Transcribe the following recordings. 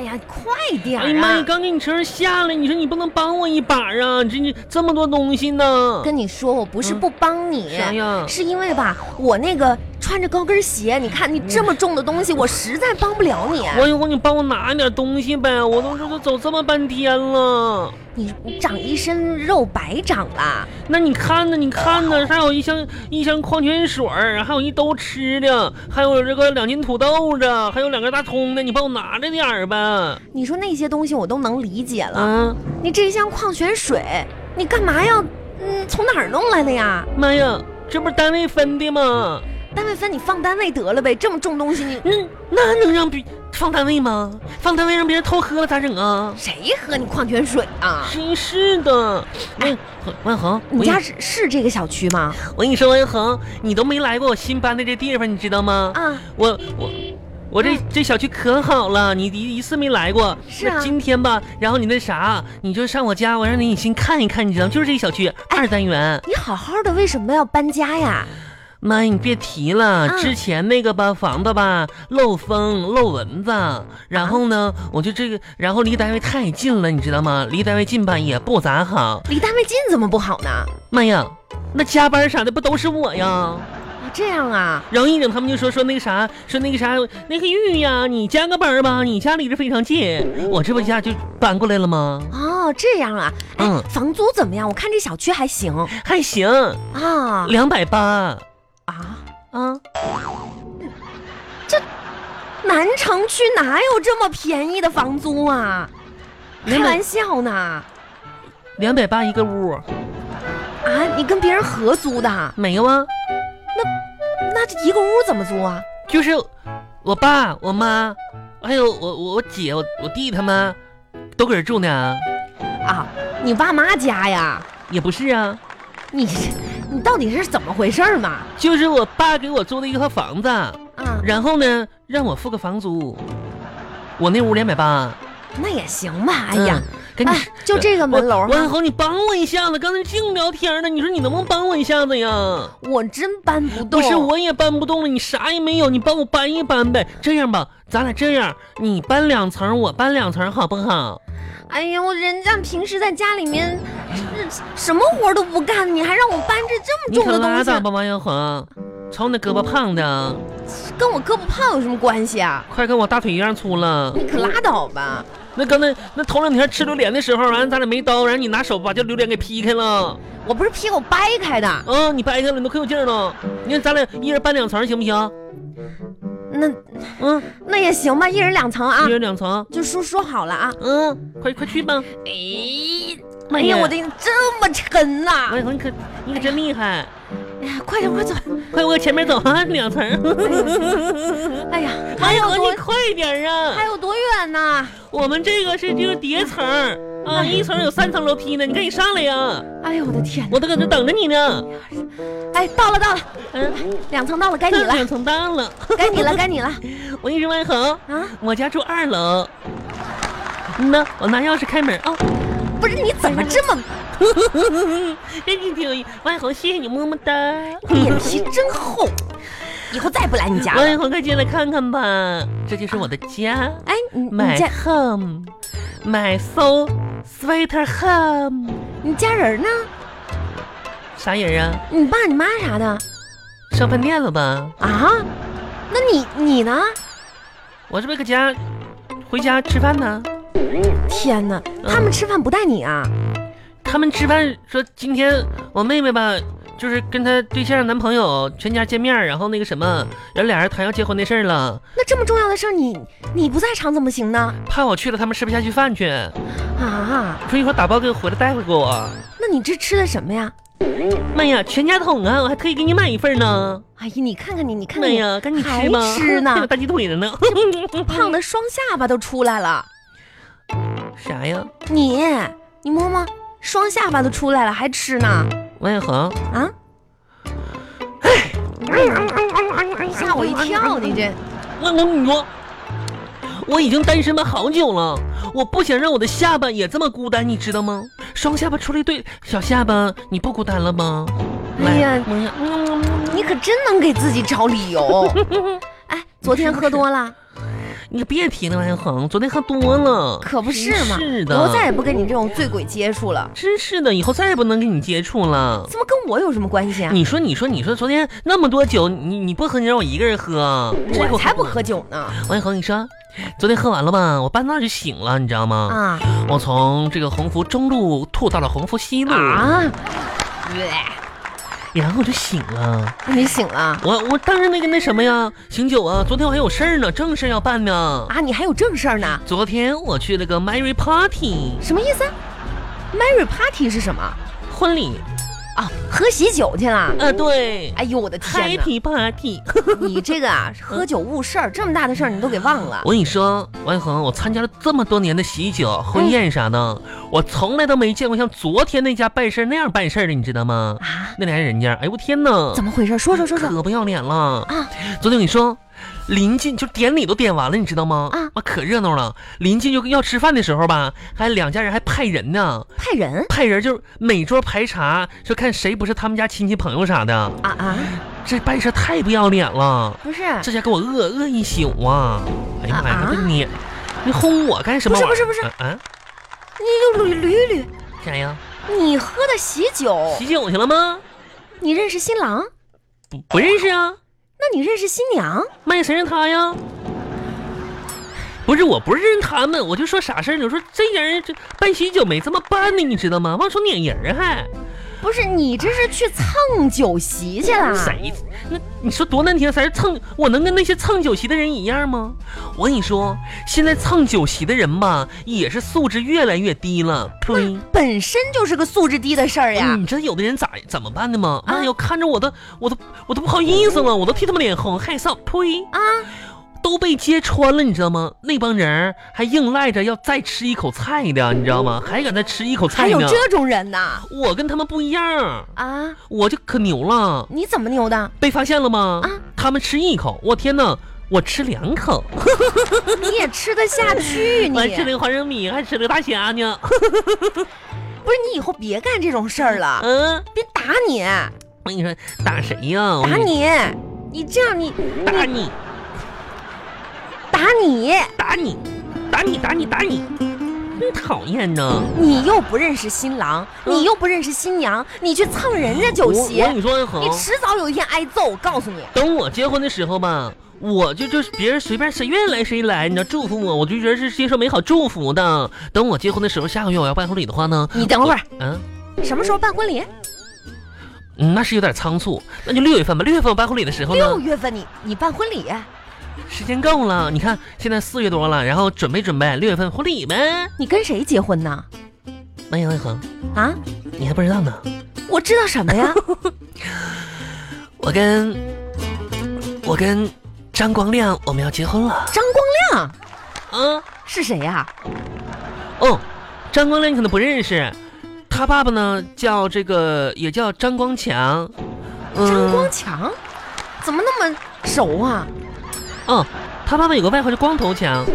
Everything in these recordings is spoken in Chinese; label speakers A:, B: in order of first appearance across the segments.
A: 哎快点儿、啊！
B: 哎呀妈呀，刚给你车上下来，你说你不能帮我一把啊？这你这么多东西呢。
A: 跟你说，我不是不帮你，
B: 啥嗯呀
A: 是因为吧，我那个穿着高跟鞋，你看你这么重的东西，我实在帮不了你。
B: 嗯我有空你帮我拿点东西呗，我都这都走这么半天了。
A: 你你长一身肉白长了，
B: 那你看呢？你看呢？还有一箱一箱矿泉水儿，还有一兜吃的，还有这个两斤土豆子，还有两根大葱呢，你帮我拿着点儿呗。
A: 你说那些东西我都能理解了，
B: 啊，
A: 你这一箱矿泉水，你干嘛要嗯从哪儿弄来的呀？
B: 妈呀，这不是单位分的吗？
A: 单位分你放单位得了呗，这么重东西你
B: 那那能让别放单位吗？放单位让别人偷喝了咋整啊？
A: 谁喝你矿泉水啊？
B: 真是的，万万恒，
A: 你
B: 我
A: 家
B: 跟
A: 是是这个小区 吗？
B: 我跟你说，万恒，你都没来过我新搬的这地方，你知道吗？
A: 啊，嗯
B: 我我我这、这小区可好了，你一一次没来过。
A: 是啊
B: 那今天吧，然后你那啥，你就上我家，我让你先看一看，你知道吗？就是这个小区
A: 哎
B: 二单元。
A: 你好好的为什么要搬家呀？
B: 妈呀，你别提了，
A: 嗯
B: 之前那个吧房子吧漏风漏蚊子，然后呢，我就这个，然后离单位太近了，你知道吗？离单位近吧也不咋好。
A: 离单位近怎么不好呢？
B: 妈呀，那加班啥的不都是我呀？
A: 啊，这样啊，
B: 然后一整他们就说说那个啥，说那个啥，那个玉呀，你加个班儿吧，你家离这非常近，我这不一下就搬过来了吗？
A: 哦，这样啊，哎，
B: 嗯
A: 房租怎么样？我看这小区还行
B: 还行，
A: 啊
B: 两百八
A: 啊，
B: 啊，
A: 南城区哪有这么便宜的房租啊？开
B: 两百
A: 玩笑呢！啊，
B: 两百八一个屋，
A: 你跟别人合租的，
B: 没有啊，
A: 那这一个屋怎么租啊？
B: 就是我爸、我妈，还有我我我姐、我我弟他们都搁这住呢，
A: 啊，你爸妈家呀？
B: 也不是啊，
A: 你你到底是怎么回事儿嘛？
B: 就是我爸给我租了一套房子，
A: 啊，
B: 然后呢让我付个房租，我那屋两百八，
A: 那也行吧。哎呀，
B: 嗯，赶紧
A: 哎。就这个门楼
B: 我万
A: 哈，
B: 豪，你帮我一下子，刚才净聊天呢，你说你能不能帮我一下子呀？
A: 我真搬不动。
B: 嗯不是，我也搬不动了，你啥也没有，你帮我搬一搬呗。这样吧，咱俩这样，你搬两层，我搬两层，好不好？
A: 哎呀，我人家平时在家里面，这什么活都不干，你还让我搬这这么
B: 你
A: 重
B: 可
A: 的
B: 拉
A: 东
B: 倒
A: 西，
B: 吧，王小红，瞅你那胳膊胖的，
A: 跟我胳膊胖有什么关系啊？
B: 快跟我大腿一样粗了。
A: 你可拉倒吧！
B: 那刚才那头两天吃榴莲的时候，完了咱俩没刀，然后你拿手把这榴莲给劈开了。
A: 我不是屁股掰开的，
B: 啊，你掰开了，你都可有劲儿了。你看咱俩一人搬两层行不行？
A: 那
B: 嗯，
A: 那也行吧，一人两层啊
B: 一，人两层。
A: 就说说好了啊。
B: 嗯，快快去吧。
A: 哎，
B: 哎
A: 哎
B: 呀
A: 呀，我的这么沉啊呐、
B: 哎王小红，你可你可真厉害！
A: 哎呀，快点，快走！
B: 快往前面走啊，两层。
A: 哎呀，还
B: 王小
A: 有
B: 红，
A: 多
B: 你快点啊
A: 还！有多远呢？
B: 我们这个是就是叠层儿啊，一层有三层楼梯呢，你赶紧上来呀！
A: 哎呦，我的天！
B: 我都搁这等着你呢。
A: 哎，到了，到了，
B: 嗯，
A: 两层到了，哎该你了，
B: 两层到了。
A: 该你了，该你了
B: 我跟你说，王小红，
A: 啊！
B: 我家住二楼。嗯呐，我拿钥匙开 门啊！
A: 不是你怎么这么，
B: 真哎是挺有意思。王小红，谢谢你，么么哒。
A: 哎脸皮真厚，以后再不来你 家
B: 王
A: 了。
B: 小红，快进来看看吧，这就是我的家。
A: 哎，你你
B: My
A: 家
B: home, my soul, sweeter home。
A: 你家人呢？
B: 啥人啊？
A: 你爸你妈啥的
B: 上饭店了吧？
A: 啊？那你你呢？
B: 我这不搁家，回家吃饭呢。
A: 天哪，他
B: 嗯
A: 们吃饭不带你啊？
B: 他们吃饭说今天我妹妹吧，就是跟她对象男朋友全家见面，然后那个什么，人俩人谈要结婚的事儿了，
A: 那这么重要的事儿，你你不在场怎么行呢？
B: 怕我去了他们吃不下去饭去，
A: 啊，
B: 说一会儿打包给我回来带回给我。
A: 那你这吃的什么呀？
B: 妈呀，全家桶啊！我还特意给你买一份呢。
A: 哎呀，你看看你，你看
B: 妈
A: 看你，
B: 呀，赶紧吃吧，
A: 还吃 呢
B: 还有大鸡腿呢。
A: 胖的双下巴都出来了。
B: 啥呀？
A: 你你摸摸，双下巴都出来了，还吃呢？
B: 王小恒，
A: 啊？
B: 哎
A: 吓我一跳！你这
B: 我我你说，我已经单身了好久了，我不想让我的下巴也这么孤单，你知道吗？双下巴出了一对小下巴，你不孤单了吗？
A: 哎呀
B: 来摸一下嗯
A: 你可真能给自己找理由。哎，昨天喝多了，
B: 你别提那玩意儿横，昨天看多了，
A: 可不是嘛！
B: 真是
A: 以后
B: 的，
A: 再也不跟你这种醉鬼接触了。
B: 真是的，以后再也不能跟你接触了。
A: 怎么跟我有什么关系啊？
B: 你说，你说，你说，昨天那么多酒，你你不喝，你让我一个人喝，这啊
A: 我
B: 口
A: 才不喝酒呢！
B: 王一恒，你说，昨天喝完了吧？我半道就醒了，你知道吗？
A: 啊
B: 我从这个鸿福中路吐到了鸿福西路，
A: 啊！哎
B: 然后我就醒了。
A: 你醒了
B: 我我当然那个那什么呀，醒酒啊！昨天我还有事儿呢，正事儿要办呢。
A: 啊？你还有正事儿呢？
B: 昨天我去了个 Mary Party
A: 什么意思？Mary Party 是什么？
B: 婚礼，
A: 啊，喝喜酒去了？
B: 啊，对
A: 哎呦，我的天哪！
B: ，Happy Party。
A: 你这个啊，喝酒误事儿，这么大的事儿你都给忘 了
B: 我跟你说，王一恒，我参加了这么多年的喜
A: 嗯
B: 酒、婚宴啥的，我从来都没见过像昨天那家办事儿那样办事儿的，你知道吗？
A: 啊？
B: 那俩人家，哎呦我天哪！
A: 怎么回事？说说说说
B: 可不要脸了
A: 啊！
B: 昨天我跟你说，临近就典礼都点完了，你知道吗？
A: 啊
B: 哇，可热闹了。临近就要吃饭的时候吧，还两家人还派人呢，
A: 派人
B: 派人就是每桌排查，说看谁不是他们家亲戚朋友啥的。
A: 啊啊？
B: 这办事太不要脸了，
A: 不是，
B: 这家给我饿饿一宿啊！哎呀妈呀，
A: 啊
B: 不是你，你轰我干什么玩意儿？
A: 不是不是不
B: 啊啊，
A: 你就捋捋一捋，
B: 啥呀？
A: 你喝的喜酒，
B: 喜酒去了吗？
A: 你认识新郎？
B: 不不认识啊，
A: 那你认识新娘？
B: 卖谁认他呀？不是，我不是认他们，我就说啥事儿呢？我说这家人这办喜酒没这么办的，你知道吗？忘说撵人儿啊还、
A: 不是，你这是去蹭酒席去了？
B: 谁？那你说多难听，谁蹭？我能跟那些蹭酒席的人一样吗？我跟你说，现在蹭酒席的人吧，也是素质越来越低了。呸！
A: 本身就是个素质低的事儿呀！
B: 你知道有的人咋怎么办的吗？
A: 啊
B: 哎呦，看着我都我都我都不好意思了，我都替他们脸红害臊。呸！
A: 啊，
B: 都被揭穿了，你知道吗？那帮人儿还硬赖着要再吃一口菜的，你知道吗？还敢再吃一口
A: 还
B: 菜
A: 有
B: 呢？
A: 这种 人呐！
B: 我跟他们不一样，
A: 啊，
B: 我就可牛了。
A: 你怎么牛的？
B: 被发现了吗？
A: 啊
B: 他们吃一口，我天哪！我吃两口，
A: 你也吃得下去你？
B: 我还吃了个花生米，还吃了个大虾呢。
A: 不是你以后别干这种事儿了，
B: 嗯，
A: 别打你，
B: 我跟你说，打谁呀？
A: 打你，你这样你
B: 我跟你！
A: 打你，
B: 打你！打你！打你！打你！打你！真讨厌呢！
A: 你又不认识新郎，
B: 嗯
A: 你又不认识新娘，你去蹭人家酒
B: 我
A: 席
B: 我，跟你说，恒
A: 你迟早有一天挨揍，我告 诉你。
B: 等我结婚的时候吧，我就就是别人随便谁愿意来谁来，你知道祝福我，我就觉得是接受美好祝福的。等我结婚的时候，下个月我要办婚礼的话呢，
A: 你等会儿，
B: 嗯、
A: 什么时候办婚礼？
B: 嗯，那是有点仓促，那就六月份吧。六月份我办婚礼的时候
A: 六
B: 呢，
A: 月份你你办婚礼，
B: 时间够了。你看现在四月多了，然后准备准备，六月份婚礼呗。
A: 你跟谁结婚呢？
B: 王一恒，
A: 啊，
B: 你还不知道呢，
A: 我知道 什么呀？
B: 我跟我跟张光亮我们要结婚了
A: 张光亮
B: 啊。
A: 是谁呀、
B: 哦，张光亮你可能不认识，他爸爸呢叫这个也叫张光强，嗯
A: 张光强，怎么那么熟啊？
B: 哦，他爸爸有个外号叫光头强。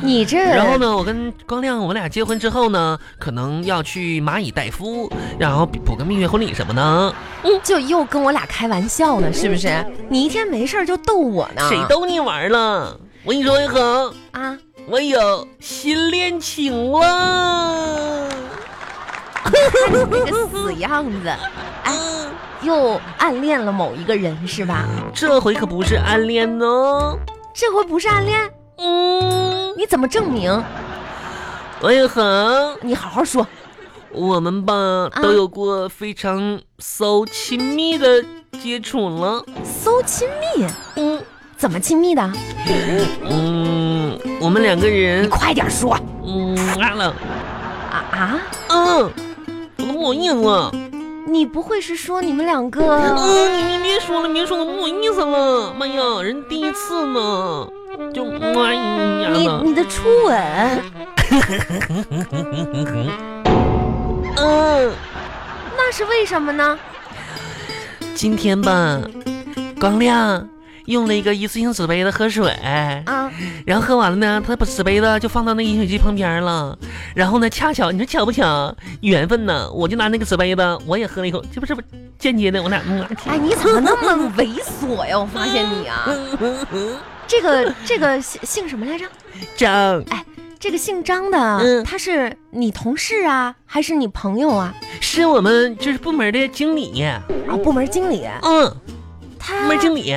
A: 你这
B: 然后呢，我跟光亮我们俩结婚之后呢，可能要去蚂蚁代夫，然后补个蜜月婚礼什么的。
A: 嗯就又跟我俩开玩笑呢，是不是？你一天没事儿就逗我呢？
B: 谁逗你玩了？我跟你说，一恒，
A: 啊？
B: 我有新恋情了。
A: 那个死样子，哎，又暗恋了某一个人是吧？
B: 这回可不是暗恋哦。
A: 这回不是暗恋，
B: 嗯，
A: 你怎么证明？
B: 王一恒，
A: 你好好说。
B: 我们吧
A: 啊
B: 都有过非常 so 亲密的接触了。
A: 搜亲密，
B: 嗯
A: 怎么亲密的？
B: 嗯，我们两个
A: 你
B: 人
A: 快点说
B: 嗯啊了，
A: 啊啊！
B: 嗯，我都不好意思了。
A: 你不会是说你们两个？
B: 嗯，你你别说了，别说了，不好意思了。妈呀，人第一次呢，就哎呀
A: 你
B: 了。
A: 你的初吻，
B: 嗯，
A: 那是为什么呢？
B: 今天吧，光亮用了一个一次性纸杯子喝水。
A: 啊，
B: 然后喝完了呢，他把纸杯子就放到那个饮水机旁边了。然后呢，恰巧你说巧不巧，缘分呢，我就拿那个纸杯子，我也喝了一口，这不是间接的，我俩嗯啊嗯
A: 哎，你怎么那么猥琐呀？我发现你啊，这个这个姓姓什么来着？
B: 张
A: 这个姓张的，
B: 嗯
A: 他是你同事啊，还是你朋友啊？
B: 是我们就是部门的经理，
A: 啊，部门经理，
B: 嗯，部
A: 他
B: 门经理。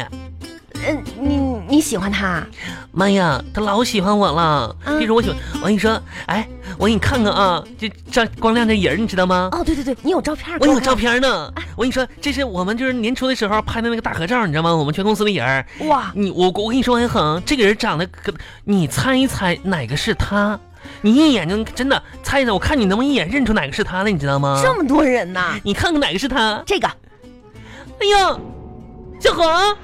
A: 嗯、你你喜欢他？啊
B: 妈呀，他老喜欢我了，
A: 嗯
B: 这种我喜欢。我跟你说，哎，我给你看看啊，这张光亮这人，你知道吗？
A: 哦，对对对，你有照片？
B: 我
A: 给
B: 有照
A: 看
B: 片呢，我跟你说，这是我们就是年初的时候拍的那个大合照，你知道吗？我们全公司的人儿，
A: 哇，
B: 你我我跟你说，王一恒，这个人长得可，你猜一猜哪个是他？你一眼就能真的猜一猜，我看你能不能一眼认出哪个是他了，你知道吗？
A: 这么多人呐！
B: 你看看哪个是他？
A: 这个
B: 哎呀，小黄，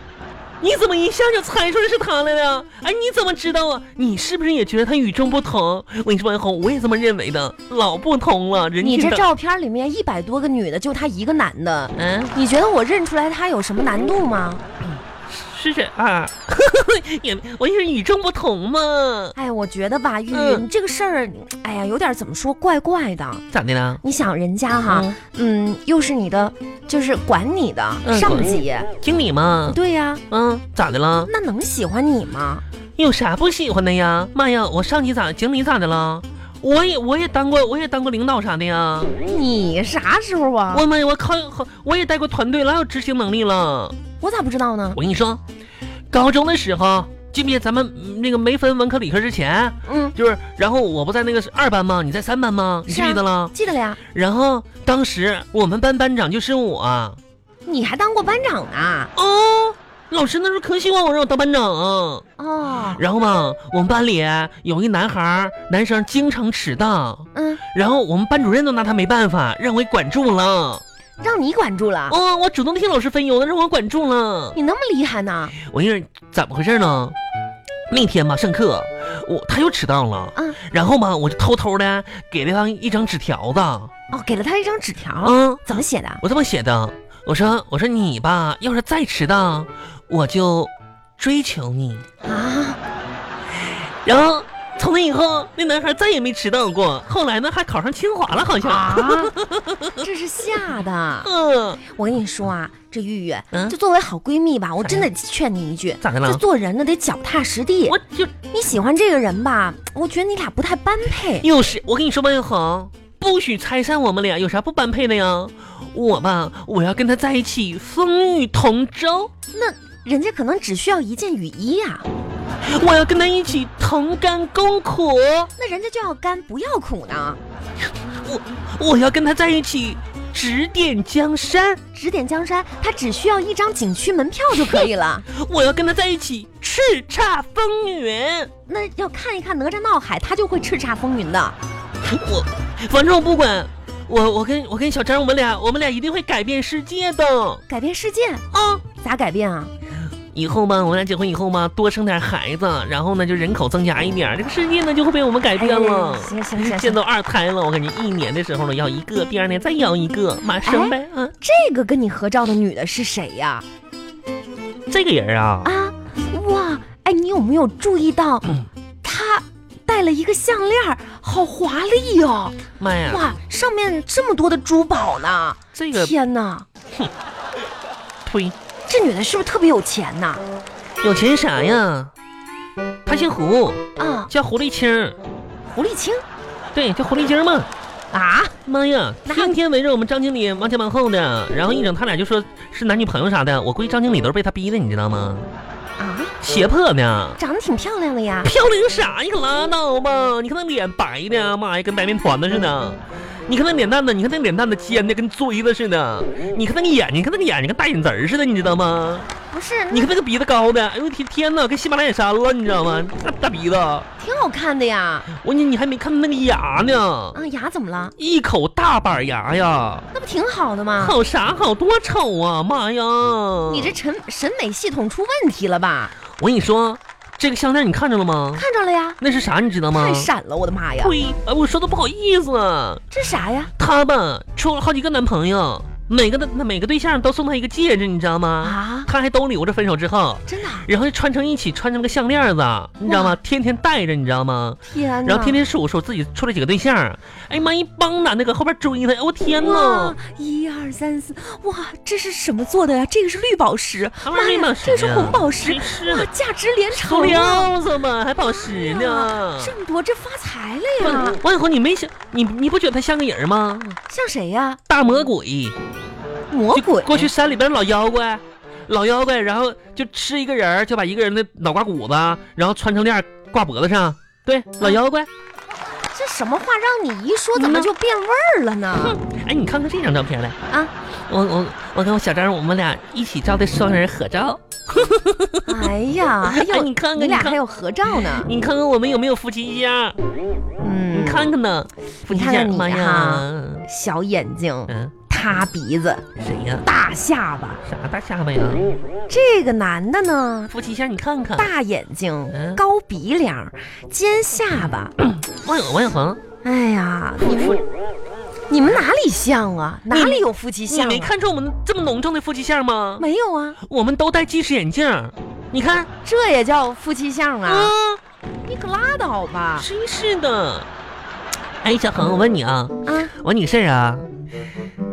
B: 你怎么一下就猜出来是他来了？哎，你怎么知道啊？你是不是也觉得他与众不同？我跟你说，王一恒，我也这么认为的，老不同了，人
A: 你
B: 家
A: 这照片里面一百多个女的，就他一个男的，
B: 嗯，
A: 你觉得我认出来他有什么难度吗？
B: 是这样， 也我也是与众不同嘛，
A: 哎，我觉得吧，玉玉，
B: 嗯
A: 你这个事儿，哎呀，有点怎么说，怪怪的。
B: 咋的了？
A: 你想人家哈，
B: 嗯
A: 嗯，又是你的，就是管你的、
B: 嗯
A: 上
B: 管
A: 级，
B: 经理嘛，
A: 对呀、
B: 嗯，咋的了？
A: 那能喜欢你吗？
B: 有啥不喜欢的呀？妈呀，我上级咋经理咋的了？我也我也当过我也当过领导啥的呀，
A: 你啥时候啊？
B: 我妈呀，我靠，我也带过团队，老有执行能力了。
A: 我咋不知道呢？
B: 我跟你说，高中的时候，记不记得咱们嗯那个没分文科理科之前，
A: 嗯，
B: 就是然后我不在那个是二班吗？你在三班吗？你记
A: 是啊啊
B: 不记得了？
A: 记得了呀，
B: 然后当时我们班班长就是我啊
A: 你还当过班长呢。
B: 哦，老师那时候可喜欢我，让我当班长。啊
A: 哦，
B: 然后嘛，我们班里有一男孩儿，男生经常迟到，
A: 嗯，
B: 然后我们班主任都拿他没办法，让我给管住了。
A: 让你管住了，
B: 哦，我主动替老师分忧的，让我管住了。
A: 你那么厉害呢？
B: 我一人怎么回事呢？那天吧，上课我他又迟到了，
A: 嗯
B: 然后吧，我就偷偷的给了他一张纸条子，
A: 哦，给了他一张纸条，
B: 嗯，
A: 怎么写的？
B: 我这么写的，我说我说你吧，要是再迟到，我就追求你。
A: 啊，
B: 然后从那以后，那男孩再也没迟到过。后来呢，还考上清华了，好像。
A: 啊，这是吓的。
B: 嗯，
A: 我跟你说啊，这玉玉，
B: 嗯
A: 就作为好闺蜜吧，我真得劝你一句，
B: 咋的
A: 这
B: 了？
A: 做人呢得脚踏实地。
B: 我就
A: 你喜欢这个人吧，我觉得你俩不太般配。
B: 又是我跟你说吧，万恒，不许拆散我们俩，有啥不般配的呀？我吧，我要跟他在一起，风雨同舟；
A: 人家可能只需要一件雨衣啊呀、
B: 我要跟他一起同甘共苦；
A: 那人家就要甘不要苦呢。
B: 我要跟他在一起，指点江山；
A: 指点江山，他只需要一张景区门票就可以了。
B: 我要跟他在一起，叱咤风云。
A: 那要看一看哪吒闹海，他就会叱咤风云的。
B: 我，反正我不管。我我跟我跟小张，我们俩我们俩一定会改变世界的
A: 改变世界
B: 啊！
A: 咋改变啊？
B: 以后嘛，我们俩结婚以后嘛，多生点孩子，然后呢就人口增加一点，这个世界呢就会被我们改变了。
A: 哎
B: 哎
A: 行行行
B: 见
A: 行，
B: 到二胎了，我感觉一年的时候呢要一个，第二年再要一个，马上呗啊！
A: 这个跟你合照的女的是谁呀、
B: 这个人啊，
A: 啊？哇，哎，你有没有注意到，
B: 嗯
A: 她戴了一个项链儿，好华丽哦！
B: 妈呀，
A: 哇，上面这么多的珠宝呢！
B: 这个
A: 天哪，
B: 呸，
A: 这女的是不是特别有钱呐？
B: 有钱啥呀？他姓胡，
A: 啊，
B: 叫狐狸精儿，
A: 狐狸精
B: 对，叫狐狸精儿嘛。
A: 啊，
B: 妈呀，
A: 那
B: 天天围着我们张经理忙前忙后的，然后一整他俩就说是男女朋友啥的，我估计张经理都是被他逼的，你知道吗？
A: 啊，
B: 胁迫呢。
A: 长得挺漂亮的呀。
B: 漂亮啥？你可拉倒吧！你看那脸白的，妈呀，跟白面团子似的。你看那脸蛋子，你看那脸蛋子尖的跟锥子似的。你看那个眼睛，你看那个眼睛跟大眼子儿似的，你知道吗？
A: 不是，
B: 你看
A: 那
B: 那个鼻子高的，哎呦我天天呐，跟喜马拉雅山了，你知道吗？大大鼻子，
A: 挺好看的呀。
B: 我你你还没看那个牙呢，
A: 啊，牙怎么了？
B: 一口大板牙呀，
A: 那不挺好的吗？
B: 好啥好多丑啊！妈呀，
A: 啊你这审审美系统出问题了吧？
B: 我跟你说，这个项链你看着了吗？
A: 看着了呀，
B: 那是啥你知道吗
A: 太？闪了，我的妈呀！
B: 呸！哎，我说的不好意思。
A: 这啥呀？
B: 她吧，处了好几个男朋友，每个的每个对象都送她一个戒指，你知道吗？
A: 啊，
B: 她还都留着，分手之后，
A: 真的啊？
B: 然后就穿成一起，穿成个项链子，你知道吗？天天戴着，你知道吗？
A: 天哪！
B: 然后天天数数自己处了几个对象，哎呀妈，一帮男的搁后边追她，哎我天
A: 哇
B: 呐！，
A: 一二三四，哇，这是什么做的呀？这个是绿宝石，
B: 他
A: 妈
B: 玩
A: 呀，这是红宝石，
B: 是
A: 哇
B: 的，，
A: 价值连
B: 塑
A: 城啊！
B: 料子嘛，还宝石呢。
A: 郑多这发财
B: 不
A: 了呀？
B: 王小红，你没想你你不觉得他像个人吗？
A: 像谁呀？
B: 大魔鬼，
A: 魔
B: 就
A: 哦鬼？
B: 过去山里边老妖怪，老妖怪，然后就吃一个人儿，就把一个人的脑瓜骨子，然后穿成链儿挂脖子上。对，老妖怪。
A: 嗯这什么话让你一说，怎
B: 嗯
A: 么
B: 呐
A: 就变味儿了呢？
B: 哎，你看看这张照片来
A: 啊！
B: 我我我跟我小张，我们俩一起照的双人合照。
A: 哎呀， 还
B: 哎
A: 有
B: 你看看
A: 你俩
B: 你看
A: 还有合照呢。
B: 你看看我们有没有夫妻相？
A: 嗯，
B: 你看看呢，夫妻
A: 你看
B: 相。
A: 看你
B: 妈呀
A: 哈！小眼睛，
B: 嗯，
A: 塌鼻子，
B: 谁呀？
A: 大下巴。
B: 啥大下巴呀？
A: 嗯这个男的呢，
B: 夫妻相，你看看。
A: 大眼睛，
B: 嗯
A: 高鼻梁，尖下巴。
B: 王小王小红，
A: 哎呀，你们你们哪里像啊？哪里有夫妻
B: 你
A: 相、啊？
B: 没看出我们这么浓重的夫妻相吗？
A: 没有啊？
B: 我们都戴近视眼镜儿，你看
A: 这也叫夫妻相
B: 啊
A: 啊？，你可拉倒吧！
B: 真是的。哎，小恒，我问你啊，
A: 啊，
B: 我问你事儿啊，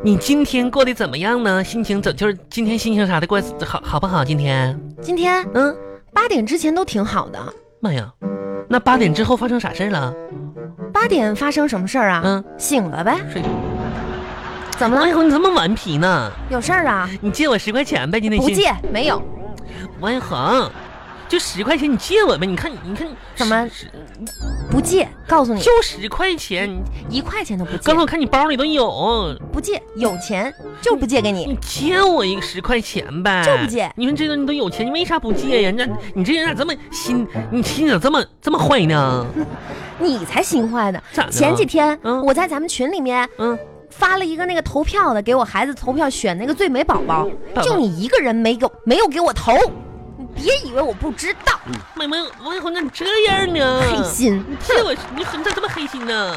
B: 你今天过得怎么样呢？心情怎就是今天心情啥的过得好好不好？今天，
A: 今天
B: 嗯，
A: 八点之前都挺好的，
B: 妈呀，那八点之后发生啥事儿了？
A: 八点发生什么事儿啊？
B: 嗯，
A: 醒了呗？
B: 睡。哎
A: 怎么
B: 王
A: 了？
B: 小红，你这么顽皮呢？
A: 有事儿啊？
B: 你借我十块钱呗，今天
A: 不
B: 心情。
A: 借，没有。
B: 王小红，就十块钱，你借我呗。你看，你看，
A: 怎么
B: 十？
A: 不借，告诉你，
B: 就十块钱，你
A: 一块钱都不借
B: 刚才，我看你包里都有，
A: 不借，有钱就不借给你。
B: 你借我一个十块钱呗，
A: 就不借
B: 你们这个人都有钱，你为啥不借呀？你咋你这人咋这么心，你心咋这么这么坏呢？
A: 你才心坏呢
B: 咋的！了
A: 前几天
B: 嗯
A: 我在咱们群里面
B: 嗯，
A: 发了一个那个投票的，给我孩子投票选那个最美宝宝，
B: 宝宝
A: 就你一个人没给我没有给我投，你别以为我不知道，
B: 嗯妹妹，王小红咋你这样呢？
A: 嗯黑心。
B: 你借我，你很咋这么黑心呢？